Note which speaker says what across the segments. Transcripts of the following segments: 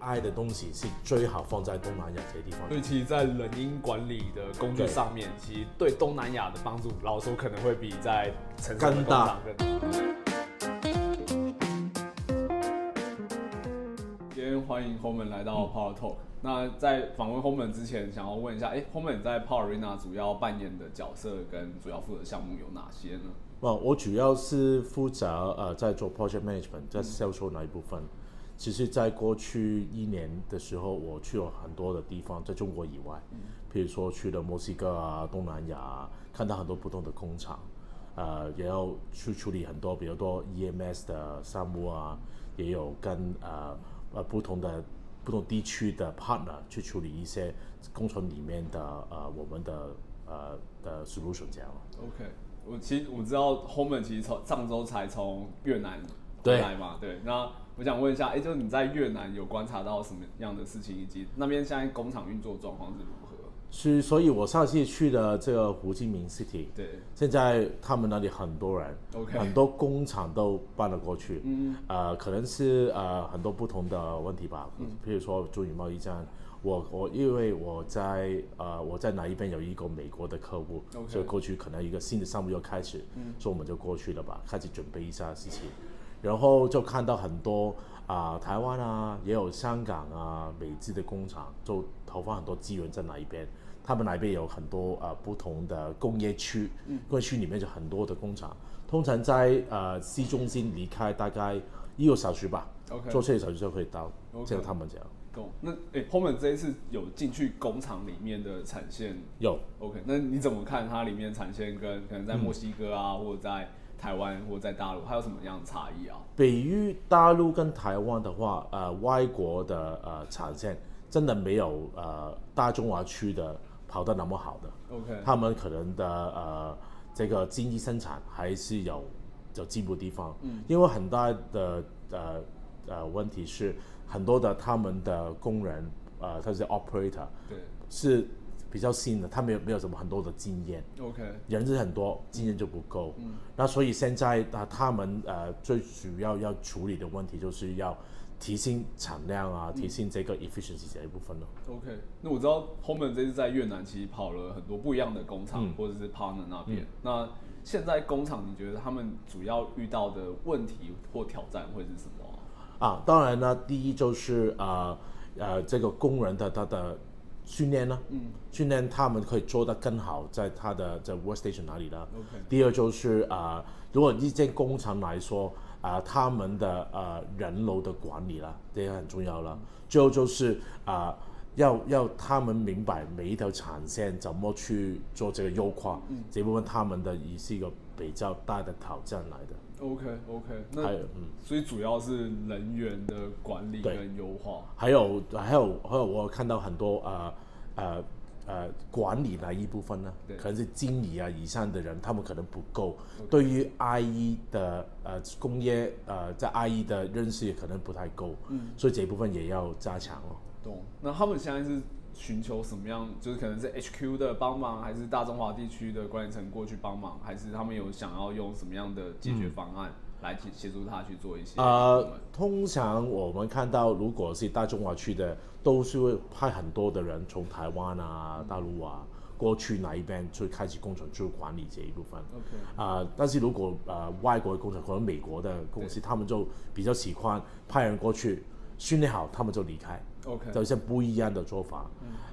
Speaker 1: AI 的东西是最好放在东南亚这些地方
Speaker 2: 所。以其实，在人因管理的工具
Speaker 1: 对
Speaker 2: 上面，其实对东南亚的帮助，老实说可能会比在城市的
Speaker 1: 更
Speaker 2: 工
Speaker 1: 大
Speaker 2: 厂更大。今天欢迎 Homan 来
Speaker 1: 嗯
Speaker 2: 到 Power Talk。那在访问 Homan 之前，想要问一下，哎、h o m a n 在 Power Arena 主要扮演的角色跟主要负责项目有哪些呢？
Speaker 1: 哇，哦我主要是负责呃在做 project management，在销售那一部分。其实，在过去一年的时候，我去了很多的地方，在中国以外，譬如说去了墨西哥啊、东南亚、啊，看到很多不同的工厂，呃，也要去处理很多，比如说 EMS 的项目啊，也有跟呃呃不同的不同地区的 partner 去处理一些工厂里面的呃我们的呃的 solution 这样。
Speaker 2: OK，我其实我知道 Homan 其实从上周才从越南回
Speaker 1: 对
Speaker 2: 来嘛，对。那我想问一下，哎、就是你在越南有观察到什么样的事情，以及那边现在工厂运作状况是如何？
Speaker 1: 是，所以我上次去的这个胡志明 city，
Speaker 2: 对
Speaker 1: 现在他们那里很多人
Speaker 2: OK
Speaker 1: 很多工厂都搬了过去，嗯，呃，可能是呃很多不同的问题吧，譬如说中美贸易战，我我因为我在呃我在哪一边有一个美国的客户
Speaker 2: OK 嗯
Speaker 1: 所以过去可能一个新的项目要开始，所以我们就过去了吧，开始准备一下事情，然后就看到很多啊、台湾啊，也有香港啊，美资的工厂就投放很多资源在哪一边。他们那边有很多呃不同的工业区，
Speaker 2: 嗯
Speaker 1: 工业区里面就很多的工厂，通常在呃市中心离开大概一个小时吧
Speaker 2: OK
Speaker 1: 坐车一小时就可以到。
Speaker 2: OK
Speaker 1: 这样他们讲
Speaker 2: 懂。那哎、h o m a n 这一次有进去工厂里面的产线
Speaker 1: 有
Speaker 2: ，OK？那你怎么看它里面产线跟可能在墨西哥啊，或者在台湾或者在大陆，还有什么样的差异啊？
Speaker 1: 比喻大陆跟台湾的话，呃，外国的呃产线真的没有呃大中华区的跑得那么好的。
Speaker 2: OK，
Speaker 1: 他们可能的呃这个经济生产还是有有进步地方，嗯，因为很大的呃呃问题是很多的他们的工人呃他是 operator
Speaker 2: 对
Speaker 1: 是比较新的，他没有没有什么很多的经验，
Speaker 2: ，OK，
Speaker 1: 人是很多，经验就不够。嗯，那所以现在啊，他们呃最主要要处理的问题就是要提升产量啊，提升这个 efficiency 这一部分咯。
Speaker 2: OK，那我知道 Homan 这次在越南其实跑了很多不一样的工厂、
Speaker 1: 嗯
Speaker 2: 或者是 partner 那边。那现在工厂，你觉得他们主要遇到的问题或挑战会是什么啊？
Speaker 1: 啊，当然呢，第一就是呃呃，这个工人的他的训练呢，嗯，训练他们可以做得更好，在他的在 workstation 哪里呢
Speaker 2: OK
Speaker 1: 第二就是呃，如果一间工厂来说，啊、他们的呃人流的管理啦，这也很重要了。最后就是啊、要要他们明白每一条产线怎么去做这个优化，嗯、这部分他们的也是一个比较大的挑战来的。
Speaker 2: OK OK，
Speaker 1: 还
Speaker 2: 那
Speaker 1: 有嗯。
Speaker 2: 所以主要是人员的管理
Speaker 1: 对
Speaker 2: 跟优化。
Speaker 1: 还有还有还有，我看到很多呃呃呃管理那一部分呢
Speaker 2: 对，
Speaker 1: 可能是经理啊以上的人，他们可能不够，对于 IE 的呃工业呃在 IE 的认识也可能不太够，所以这一部分也要加强哦。
Speaker 2: 懂。那他们现在是寻求什么样？就是可能是 HQ 的帮忙，还是大中华地区的管理层过去帮忙，还是他们有想要用什么样的解决方案来协协助他去做一些？
Speaker 1: 呃，通常我们看到，如果是大中华区的，都是会派很多的人从台湾啊、大陆啊过去哪一边去开始工程去管理这一部分。
Speaker 2: OK
Speaker 1: 啊、但是如果呃外国的工程或者美国的公司，他们就比较喜欢派人过去训练好，他们就离开，
Speaker 2: OK
Speaker 1: 就像不一样的做法。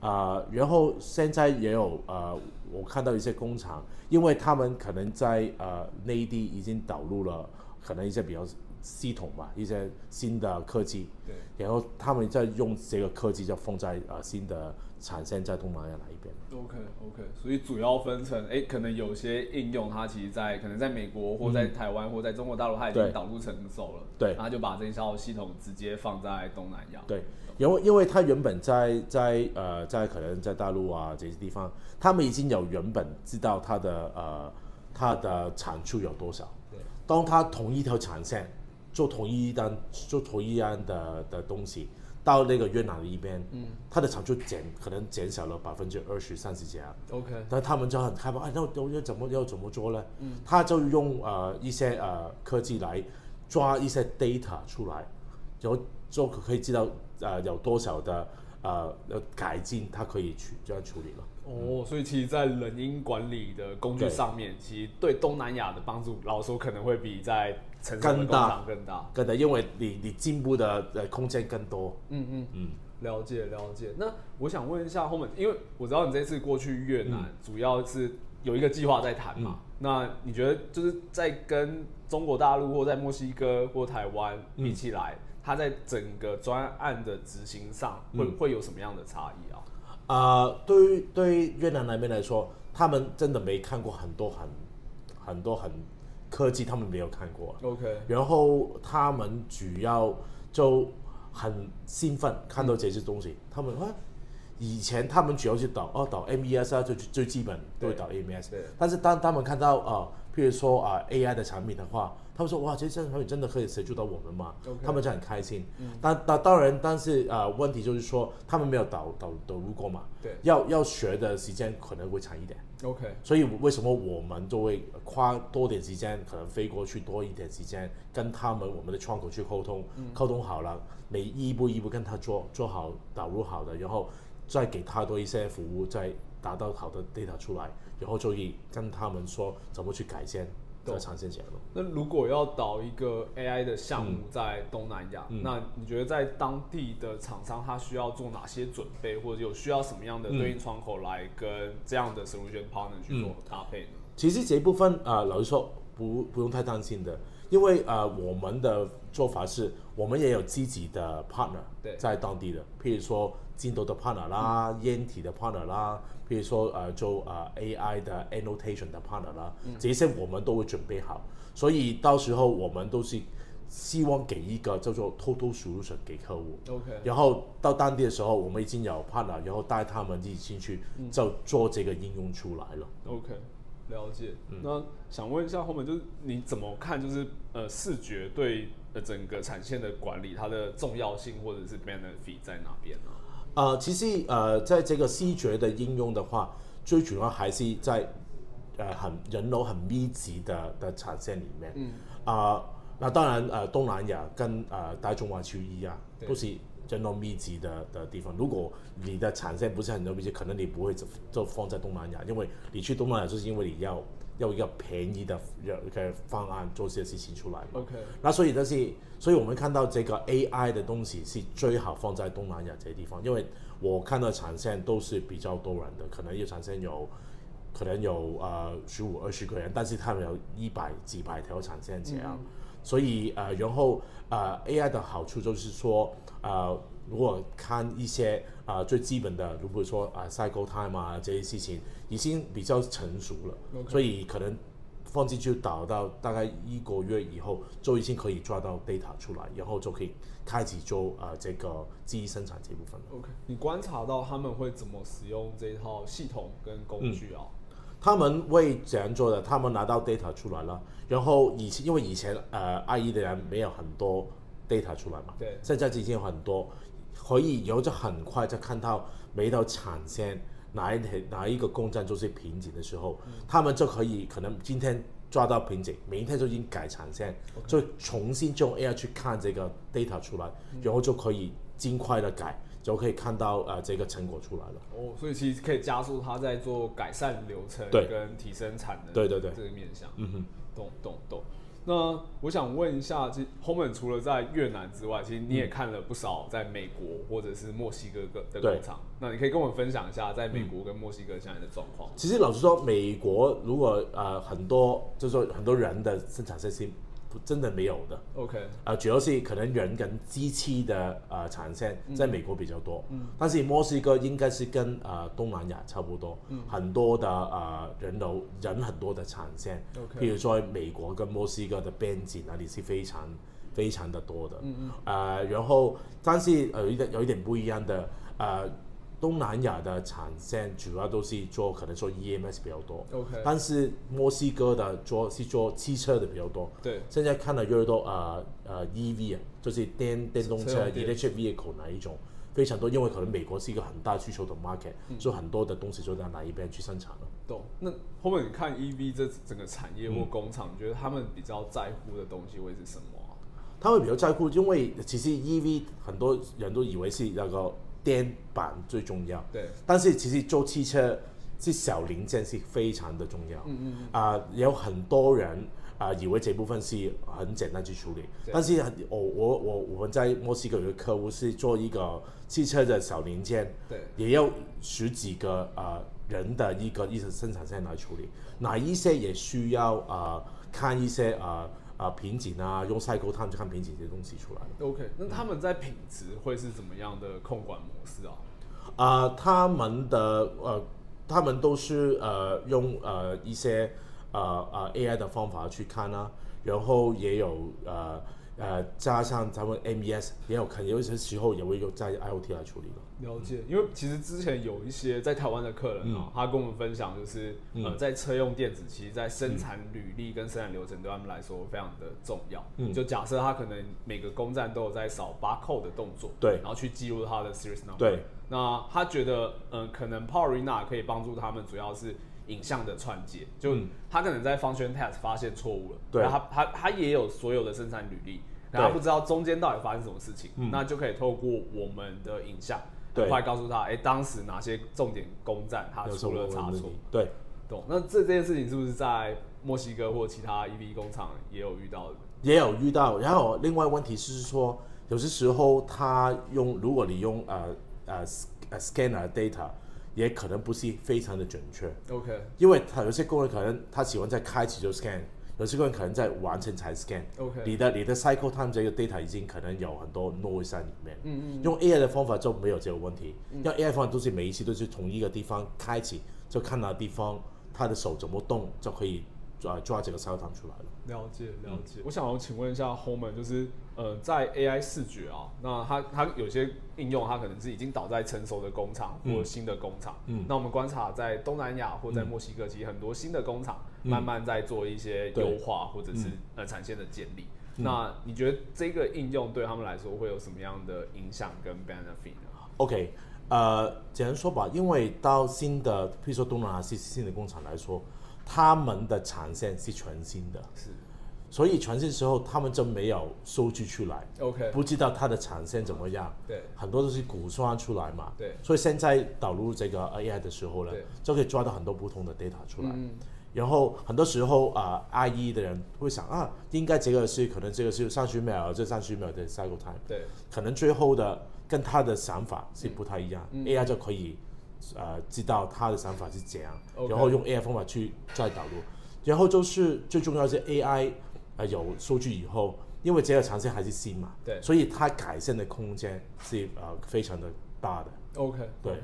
Speaker 1: 啊、然后现在也有呃，我看到一些工厂，因为他们可能在呃内地已经导入了可能一些比较系统吧，一些新的科技，
Speaker 2: 对。
Speaker 1: 然后他们在用这个科技就放在呃新的产线在东南亚那一边。
Speaker 2: OK OK，所以主要分成，哎、可能有些应用它其实在可能在美国或在台湾、或在中国大陆，它已经
Speaker 1: 对
Speaker 2: 导入成熟了，
Speaker 1: 嗯对
Speaker 2: 然后就把这一套系统直接放在东南亚，
Speaker 1: 对，因为因为他原本在在呃在可能在大陆啊这些地方，他们已经有原本知道他的呃他的产出有多少。
Speaker 2: 对，
Speaker 1: 当他同一条产线做同一单做同一样的的东西，到那个越南那边，嗯，他的产出减可能减少了百分之二十三十啊这样。
Speaker 2: ，OK
Speaker 1: 但他们就很害怕，哎，那我要怎么要怎么做呢？他就用呃一些呃科技来抓一些 data 出来，然后就可以知道呃有多少的呃呃改进，它可以去这样处理了。
Speaker 2: 哦，所以其实，在人因管理的工具
Speaker 1: 嗯对
Speaker 2: 上面，其实对东南亚的帮助，老实说可能会比在城市的
Speaker 1: 更
Speaker 2: 工
Speaker 1: 大
Speaker 2: 厂更大。
Speaker 1: 可能因为你你进步的呃空间更多，
Speaker 2: 嗯嗯
Speaker 1: 嗯，
Speaker 2: 了解了解。那我想问一下后面，因为我知道你这次过去越南，主要是有一个计划在谈嘛。那你觉得就是在跟中国大陆或在墨西哥或台湾比起来，它在整个专案的执行上会、会有什么样的差异啊？
Speaker 1: 啊、对于对于越南那边来说，他们真的没看过很多很很多很科技，他们没有看过。
Speaker 2: OK，
Speaker 1: 然后他们主要就很兴奋看到这些东西，他们啊，以前他们主要是导哦导 MES 啊，最最基本都会导 MES，
Speaker 2: 对
Speaker 1: 但是当他们看到啊、呃譬如说啊、呃 AI 的产品的话，他们说哇，这些产品真的可以协助到我们吗
Speaker 2: OK 嗯
Speaker 1: 他们就很开心。但但当然，但是啊、呃问题就是说他们没有导导导入过嘛，
Speaker 2: 对
Speaker 1: 要要学的时间可能会长一点。
Speaker 2: ，OK，
Speaker 1: 所以为什么我们就会花多点时间，可能飞过去多一点时间，跟他们我们的窗口去沟通，沟通好了，每一步一步跟他做做好导入好的，然后再给他多一些服务，再达到好的 data 出来，然后就可以跟他们说怎么去改善这
Speaker 2: 懂
Speaker 1: 个产线结构。
Speaker 2: 那如果要导一个 AI 的项目在东南亚，嗯那你觉得在当地的厂商他需要做哪些准备，或者有需要什么样的对应窗口来跟这样的 solution partner 去做搭配呢？
Speaker 1: 其实这一部分啊、呃老实说不不用太担心的，因为呃我们的做法是，我们也有自己的
Speaker 2: 对
Speaker 1: partner 在当地的，譬如说镜头的 partner 啦、烟体的 partner 啦，譬如说呃做呃 AI 的 annotation 的 partner 啦，这些我们都会准备好，所以到时候我们都是希望给一个叫做 total solution 给客户。
Speaker 2: OK，
Speaker 1: 然后到当地的时候，我们已经有 partner，然后带他们一起进去，就做这个应用出来了。
Speaker 2: OK，了解。那想问一下后面就是你怎么看，就是呃视觉对呃整个产线的管理它的重要性或者是 benefit 在哪边呢、
Speaker 1: 呃，其实呃，在这个视觉的应用的话，最主要还是在呃很人流很密集的的产线里面。嗯。啊、那当然呃，东南亚跟呃大中华区一样，
Speaker 2: 对
Speaker 1: 都是人流密集的的地方。如果你的产线不是很流密集，可能你不会就就放在东南亚，因为你去东南亚就是因为你要要一个便宜的一个方案做这些事情出来。
Speaker 2: o k
Speaker 1: 那所以但是，所以我们看到这个 AI 的东西是最好放在东南亚这些地方，因为我看到产线都是比较多人的，可能一个产线有可能有呃十五二十个人，但是他们有一百几百条产线这样，所以呃，然后呃 AI 的好处就是说呃。如果看一些啊、呃最基本的，如果说啊、呃 cycle time 啊这些事情，已经比较成熟了
Speaker 2: OK
Speaker 1: 所以可能放进去导到大概一个月以后，就已经可以抓到 data 出来，然后就可以开始做呃这个记忆生产这部分了。
Speaker 2: OK，你观察到他们会怎么使用这一套系统跟工具啊？
Speaker 1: 他们会怎样做的？他们拿到 data 出来了，然后以前因为以前呃 IE 的人没有很多 data 出来嘛，
Speaker 2: 对
Speaker 1: 现在已经有很多，可以然后就很快就看到每到产线哪一天哪一个工站就是瓶颈的时候，他们就可以可能今天抓到瓶颈，明天就已经改产线，就重新用 AI 去看这个 data 出来，然后就可以尽快的改，就可以看到呃这个成果出来了。
Speaker 2: 哦，所以其实可以加速它在做改善流程
Speaker 1: 对
Speaker 2: 跟提升产能，
Speaker 1: 对对对
Speaker 2: 这个面向，
Speaker 1: 嗯哼。
Speaker 2: 懂懂懂。那我想问一下，其实 Homan 除了在越南之外，其实你
Speaker 1: 嗯
Speaker 2: 也看了不少在美国或者是墨西哥的
Speaker 1: 对嗯
Speaker 2: 工厂，那你可以跟我们分享一下在美国跟墨西哥现在的状况吗。
Speaker 1: 其实老实说，美国如果呃很多就是说很多人的生产线是不真的没有的，
Speaker 2: OK，
Speaker 1: 呃，主要是可能人跟机器的呃产线在美国比较多，但是墨西哥应该是跟呃东南亚差不多，很多的呃人流人很多的产线
Speaker 2: OK
Speaker 1: 譬如说美国跟墨西哥的边境那里是非常非常的多的，嗯嗯呃，然后但是呃有一点有一点不一样的，呃，东南亚的产线主要都是做可能做 EMS 比较多
Speaker 2: OK
Speaker 1: 但是墨西哥的做是做汽车的比较多，
Speaker 2: 对
Speaker 1: 现在看到越来越多呃呃 EV 啊，就是电电动
Speaker 2: 车
Speaker 1: 车
Speaker 2: 用电
Speaker 1: electric vehicle 那一种非常多，因为可能美国是一个很大需求的 market，、所以
Speaker 2: 嗯
Speaker 1: 很多的东西就在那一边去生产了。
Speaker 2: 懂。那 Homan，你 E
Speaker 1: 嗯
Speaker 2: 看 EV 这整个产业或工厂，你觉得他们比较在乎的东西会是什么啊、
Speaker 1: 他会比较在乎，因为其实 EV 很多人都以为是那个电板最重要，
Speaker 2: 对，
Speaker 1: 但是其实做汽车是小零件是非常的重要，嗯嗯啊、有很多人啊、以为这部分是很简单去处理，
Speaker 2: 对
Speaker 1: 但是很我我我我们在墨西哥有个客户是做一个汽车的小零件，
Speaker 2: 对，
Speaker 1: 也要十几个啊、呃、人的一个一些生产线来处理，哪一些也需要啊、呃看一些啊啊、呃瓶颈啊，用赛沟探去看瓶颈这些东西出来。
Speaker 2: OK，那他们在品质会是怎么样的控管模式啊？
Speaker 1: 啊、他们的呃，他们都是呃用呃一些呃呃 AI 的方法去看啊，然后也有呃呃加上咱们 MES 也有看，有一些时候也会用在 IoT 来处理的。
Speaker 2: 了解，因为其实之前有一些在台湾的客人
Speaker 1: 嗯
Speaker 2: 啊、他跟我们分享，就是、呃，在车用电子，其实在生产履历跟生产流程对他们来说非常的重要。
Speaker 1: 嗯
Speaker 2: 就假设他可能每个工站都有在扫八扣的动作，
Speaker 1: 对
Speaker 2: 然后去记录他的 series number。
Speaker 1: 对，
Speaker 2: 那他觉得，嗯、可能 Power Arena 可以帮助他们，主要是影像的串接，就
Speaker 1: 嗯
Speaker 2: 他可能在 function test 发现错误了，
Speaker 1: 对
Speaker 2: 然后他他他也有所有的生产履历，然后他
Speaker 1: 对嗯
Speaker 2: 不知道中间到底发生什么事情，那就可以透过我们的影像，
Speaker 1: 对
Speaker 2: 很快告诉他，哎、当时哪些重点攻占他
Speaker 1: 有什
Speaker 2: 出
Speaker 1: 么
Speaker 2: 了差
Speaker 1: 问
Speaker 2: 错
Speaker 1: 题，？对。
Speaker 2: 懂？那这这件事情是不是在墨西哥或其他 EV 工厂也有遇到的？
Speaker 1: 也有遇到。然后另外问题是说，有些时候他用，如果你用呃呃 s- 呃 scanner data，也可能不是非常的准确，
Speaker 2: OK
Speaker 1: 因为他有些工人可能他喜欢在开始就 scan，有些工人可能在完成才 scan。
Speaker 2: OK，
Speaker 1: 你的你的 cycle time 这个 data 已经可能有很多 noise 在里面。嗯嗯。用 AI 的方法就没有这个问题，因为 AI 方法都是每一次都是从一个地方开始，就看到地方他的手怎么动，就可以抓抓这个 cycle time 出来了。
Speaker 2: 了解
Speaker 1: 嗯
Speaker 2: 了解。我想要请问一下 Homer，就是呃，在 AI 视觉啊，那它它有些应用，它可能是已经倒在成熟的工厂或
Speaker 1: 嗯
Speaker 2: 新的工厂。
Speaker 1: 嗯
Speaker 2: 那我们观察在东南亚或在墨西哥，其实很多新的工厂慢慢在做一些优化或者是
Speaker 1: 嗯
Speaker 2: 呃产线的建立。
Speaker 1: 嗯
Speaker 2: 那你觉得这个应用对他们来说会有什么样的影响跟 benefit 呢？
Speaker 1: OK，呃，简单说吧，因为到新的，譬如说啊东南亚新新的工厂来说，他们的产线是全新的，
Speaker 2: 是
Speaker 1: 所以全新时候他们就没有数据出来，
Speaker 2: OK，
Speaker 1: 不知道它的产线怎么样，
Speaker 2: 对
Speaker 1: 很多都是估算出来嘛。
Speaker 2: 对
Speaker 1: 所以现在导入这个 AI 的时候呢
Speaker 2: 对，
Speaker 1: 就可以抓到很多不同的 data 出来。
Speaker 2: 嗯
Speaker 1: 然后很多时候啊、呃 IE 的人会想啊，应该这个是可能这个是三十秒，这三十秒的 cycle time。
Speaker 2: 对
Speaker 1: 可能最后的跟他的想法是不太一样、a
Speaker 2: 嗯
Speaker 1: i 就可以呃知道他的想法是怎样
Speaker 2: OK
Speaker 1: 然后用 AI 方法去再导入，然后就是最重要是 AI 呃有数据以后，因为这个产线还是新嘛，
Speaker 2: 对
Speaker 1: 所以它改善的空间是呃非常的大的，
Speaker 2: OK
Speaker 1: 对
Speaker 2: OK，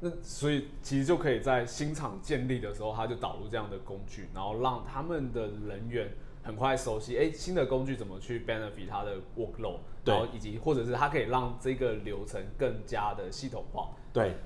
Speaker 2: 那所以其实就可以在新厂建立的时候，他就导入这样的工具，然后让他们的人员很快熟悉，哎、新的工具怎么去 benefit 他的 workload，
Speaker 1: 对
Speaker 2: 然后以及或者是它可以让这个流程更加的系统化。
Speaker 1: 对，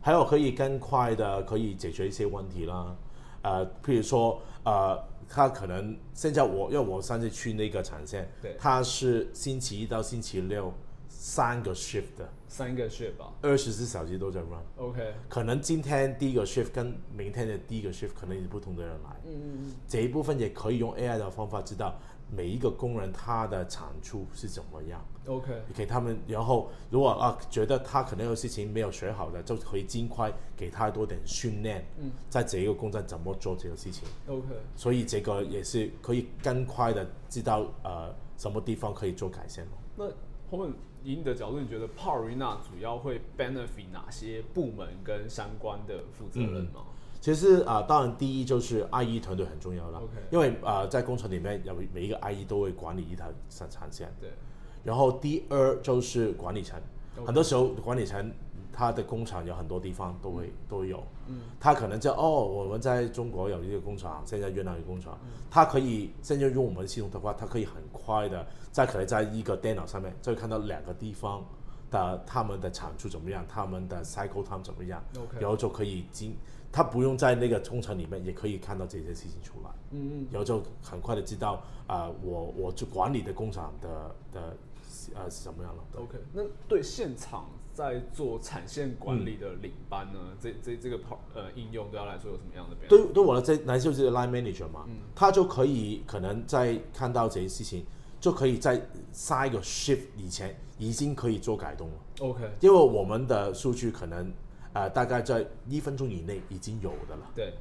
Speaker 1: 还有可以更快的可以解决一些问题啦，呃，譬如说呃。他可能现在我因为我上次去那个产线
Speaker 2: 对，
Speaker 1: 它是星期一到星期六三个 shift 的，
Speaker 2: 三个 shift 吧
Speaker 1: 二十四小时都在 run。
Speaker 2: ，OK，
Speaker 1: 可能今天第一个 shift 跟明天的第一个 shift 可能有不同的人来，
Speaker 2: 嗯，
Speaker 1: 这一部分也可以用 AI 的方法知道每一个工人他的产出是怎么样，
Speaker 2: ，OK，
Speaker 1: 给他们，然后如果啊觉得他可能有事情没有学好的，就可以尽快给他多点训练，
Speaker 2: 嗯，
Speaker 1: 在这一个工作怎么做这个事情，
Speaker 2: OK，
Speaker 1: 所以这个也是可以更快的知道呃什么地方可以做改善咯。
Speaker 2: 那后面以你的角度，你觉得 Powerina 主要会 benefit 哪些部门跟相关的负责人
Speaker 1: 嗯
Speaker 2: 吗？
Speaker 1: 其实啊、呃当然第一就是 IE 团队很重要啦
Speaker 2: OK
Speaker 1: 因为啊、呃在工程里面有每一个 IE 都会管理一条生产线，
Speaker 2: 对
Speaker 1: 然后第二就是管理层
Speaker 2: OK
Speaker 1: 很多时候管理层他的工厂有很多地方都会、
Speaker 2: 嗯
Speaker 1: 都有，他可能在哦我们在中国有一个工厂，现在越南有工厂，他可以现在用我们系统的话，他可以很快的在可能在一个电脑上面就会看到两个地方的他们的产出怎么样，他们的 cycle time 怎么样。
Speaker 2: ，OK，
Speaker 1: 然后就可以经，他不用在那个工厂里面也可以看到这些事情出来，
Speaker 2: 嗯嗯。
Speaker 1: 然后就很快的知道啊、我我就管理的工厂的的呃是什么样了。对
Speaker 2: OK，那对现场在做产线管理的领班呢，
Speaker 1: 嗯
Speaker 2: 这这这个 part 呃应用对他来说有什么样的变化？
Speaker 1: 对对我来这来就是 line manager 嘛，他就可以可能在看到这些事情，就可以在下一个 shift 以前已经可以做改动了。
Speaker 2: OK，
Speaker 1: 因为我们的数据可能呃大概在一分钟以内已经有的了，
Speaker 2: 对，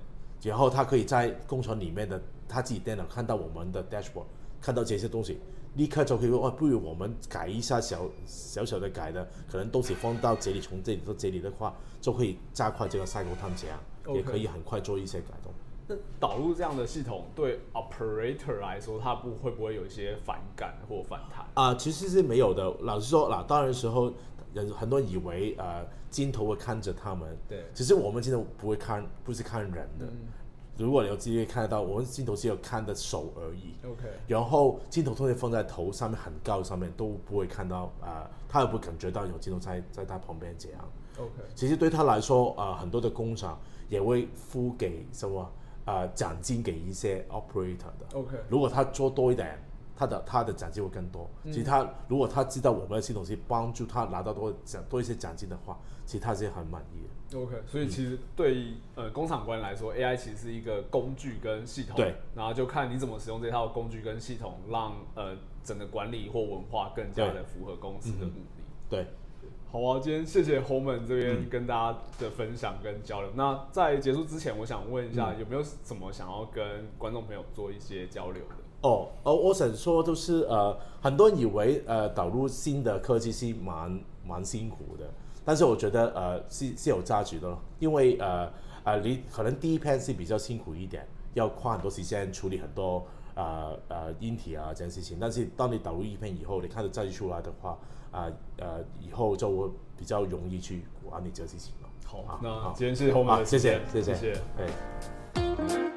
Speaker 1: 然后他可以在工程里面的他自己电脑看到我们的 dashboard，看到这些东西，立刻就可以说，哦，不如我们改一下小小小的改的，可能东西放到这里，从这里到这里的话，就可以加快这个 cycle time 这样
Speaker 2: OK
Speaker 1: 啊也可以很快做一些改动。
Speaker 2: 那导入这样的系统对 operator 来说，他不会不会有一些反感或反弹？
Speaker 1: 啊、其实是没有的。老实说，啦，当然时候，人很多人以为呃，镜头会看着他们，
Speaker 2: 对
Speaker 1: 其实我们镜头不会看，不是看人的。
Speaker 2: 嗯
Speaker 1: 如果你有机会看得到，我们镜头只有看的手而已。
Speaker 2: ，OK，
Speaker 1: 然后镜头通常放在头上面很高上面，都不会看到呃，他也不会感觉到有镜头在在他旁边这样。
Speaker 2: OK，
Speaker 1: 其实对他来说，呃，很多的工厂也会付给什么呃奖金给一些 operator 的。
Speaker 2: OK
Speaker 1: 如果他做多一点，他的他的奖金会更多。其实他如果他知道我们的系统是帮助他拿到多奖多一些奖金的话，其实他是很满意的。
Speaker 2: OK，所以其实对于呃工厂官来说，AI 其实是一个工具跟系统，
Speaker 1: 对，
Speaker 2: 然后就看你怎么使用这套工具跟系统，让呃整个管理或文化更加
Speaker 1: 对嗯
Speaker 2: 的符合公司的目的。
Speaker 1: 对，
Speaker 2: 好啊，今天谢谢侯们这边跟大家的分享跟交流。那在结束之前，我想问一下，有没有什么想要跟观众朋友做一些交流的？
Speaker 1: 哦，哦，我想说就是呃，很多人以为呃导入新的科技是蛮蛮辛苦的，但是我觉得呃是是有价值的咯，因为呃呃你可能第一篇是比较辛苦一点，要花很多时间处理很多呃呃音体啊这些事情，但是当你导入一篇以后，你看到价值出来的话，啊呃以后就会比较容易去管理这个事情了。
Speaker 2: 好
Speaker 1: 啊，
Speaker 2: 那
Speaker 1: 好
Speaker 2: 今天谢谢侯们
Speaker 1: 好，
Speaker 2: 的
Speaker 1: 谢哎
Speaker 2: 时
Speaker 1: 谢，
Speaker 2: 间
Speaker 1: 谢
Speaker 2: 谢谢
Speaker 1: 对。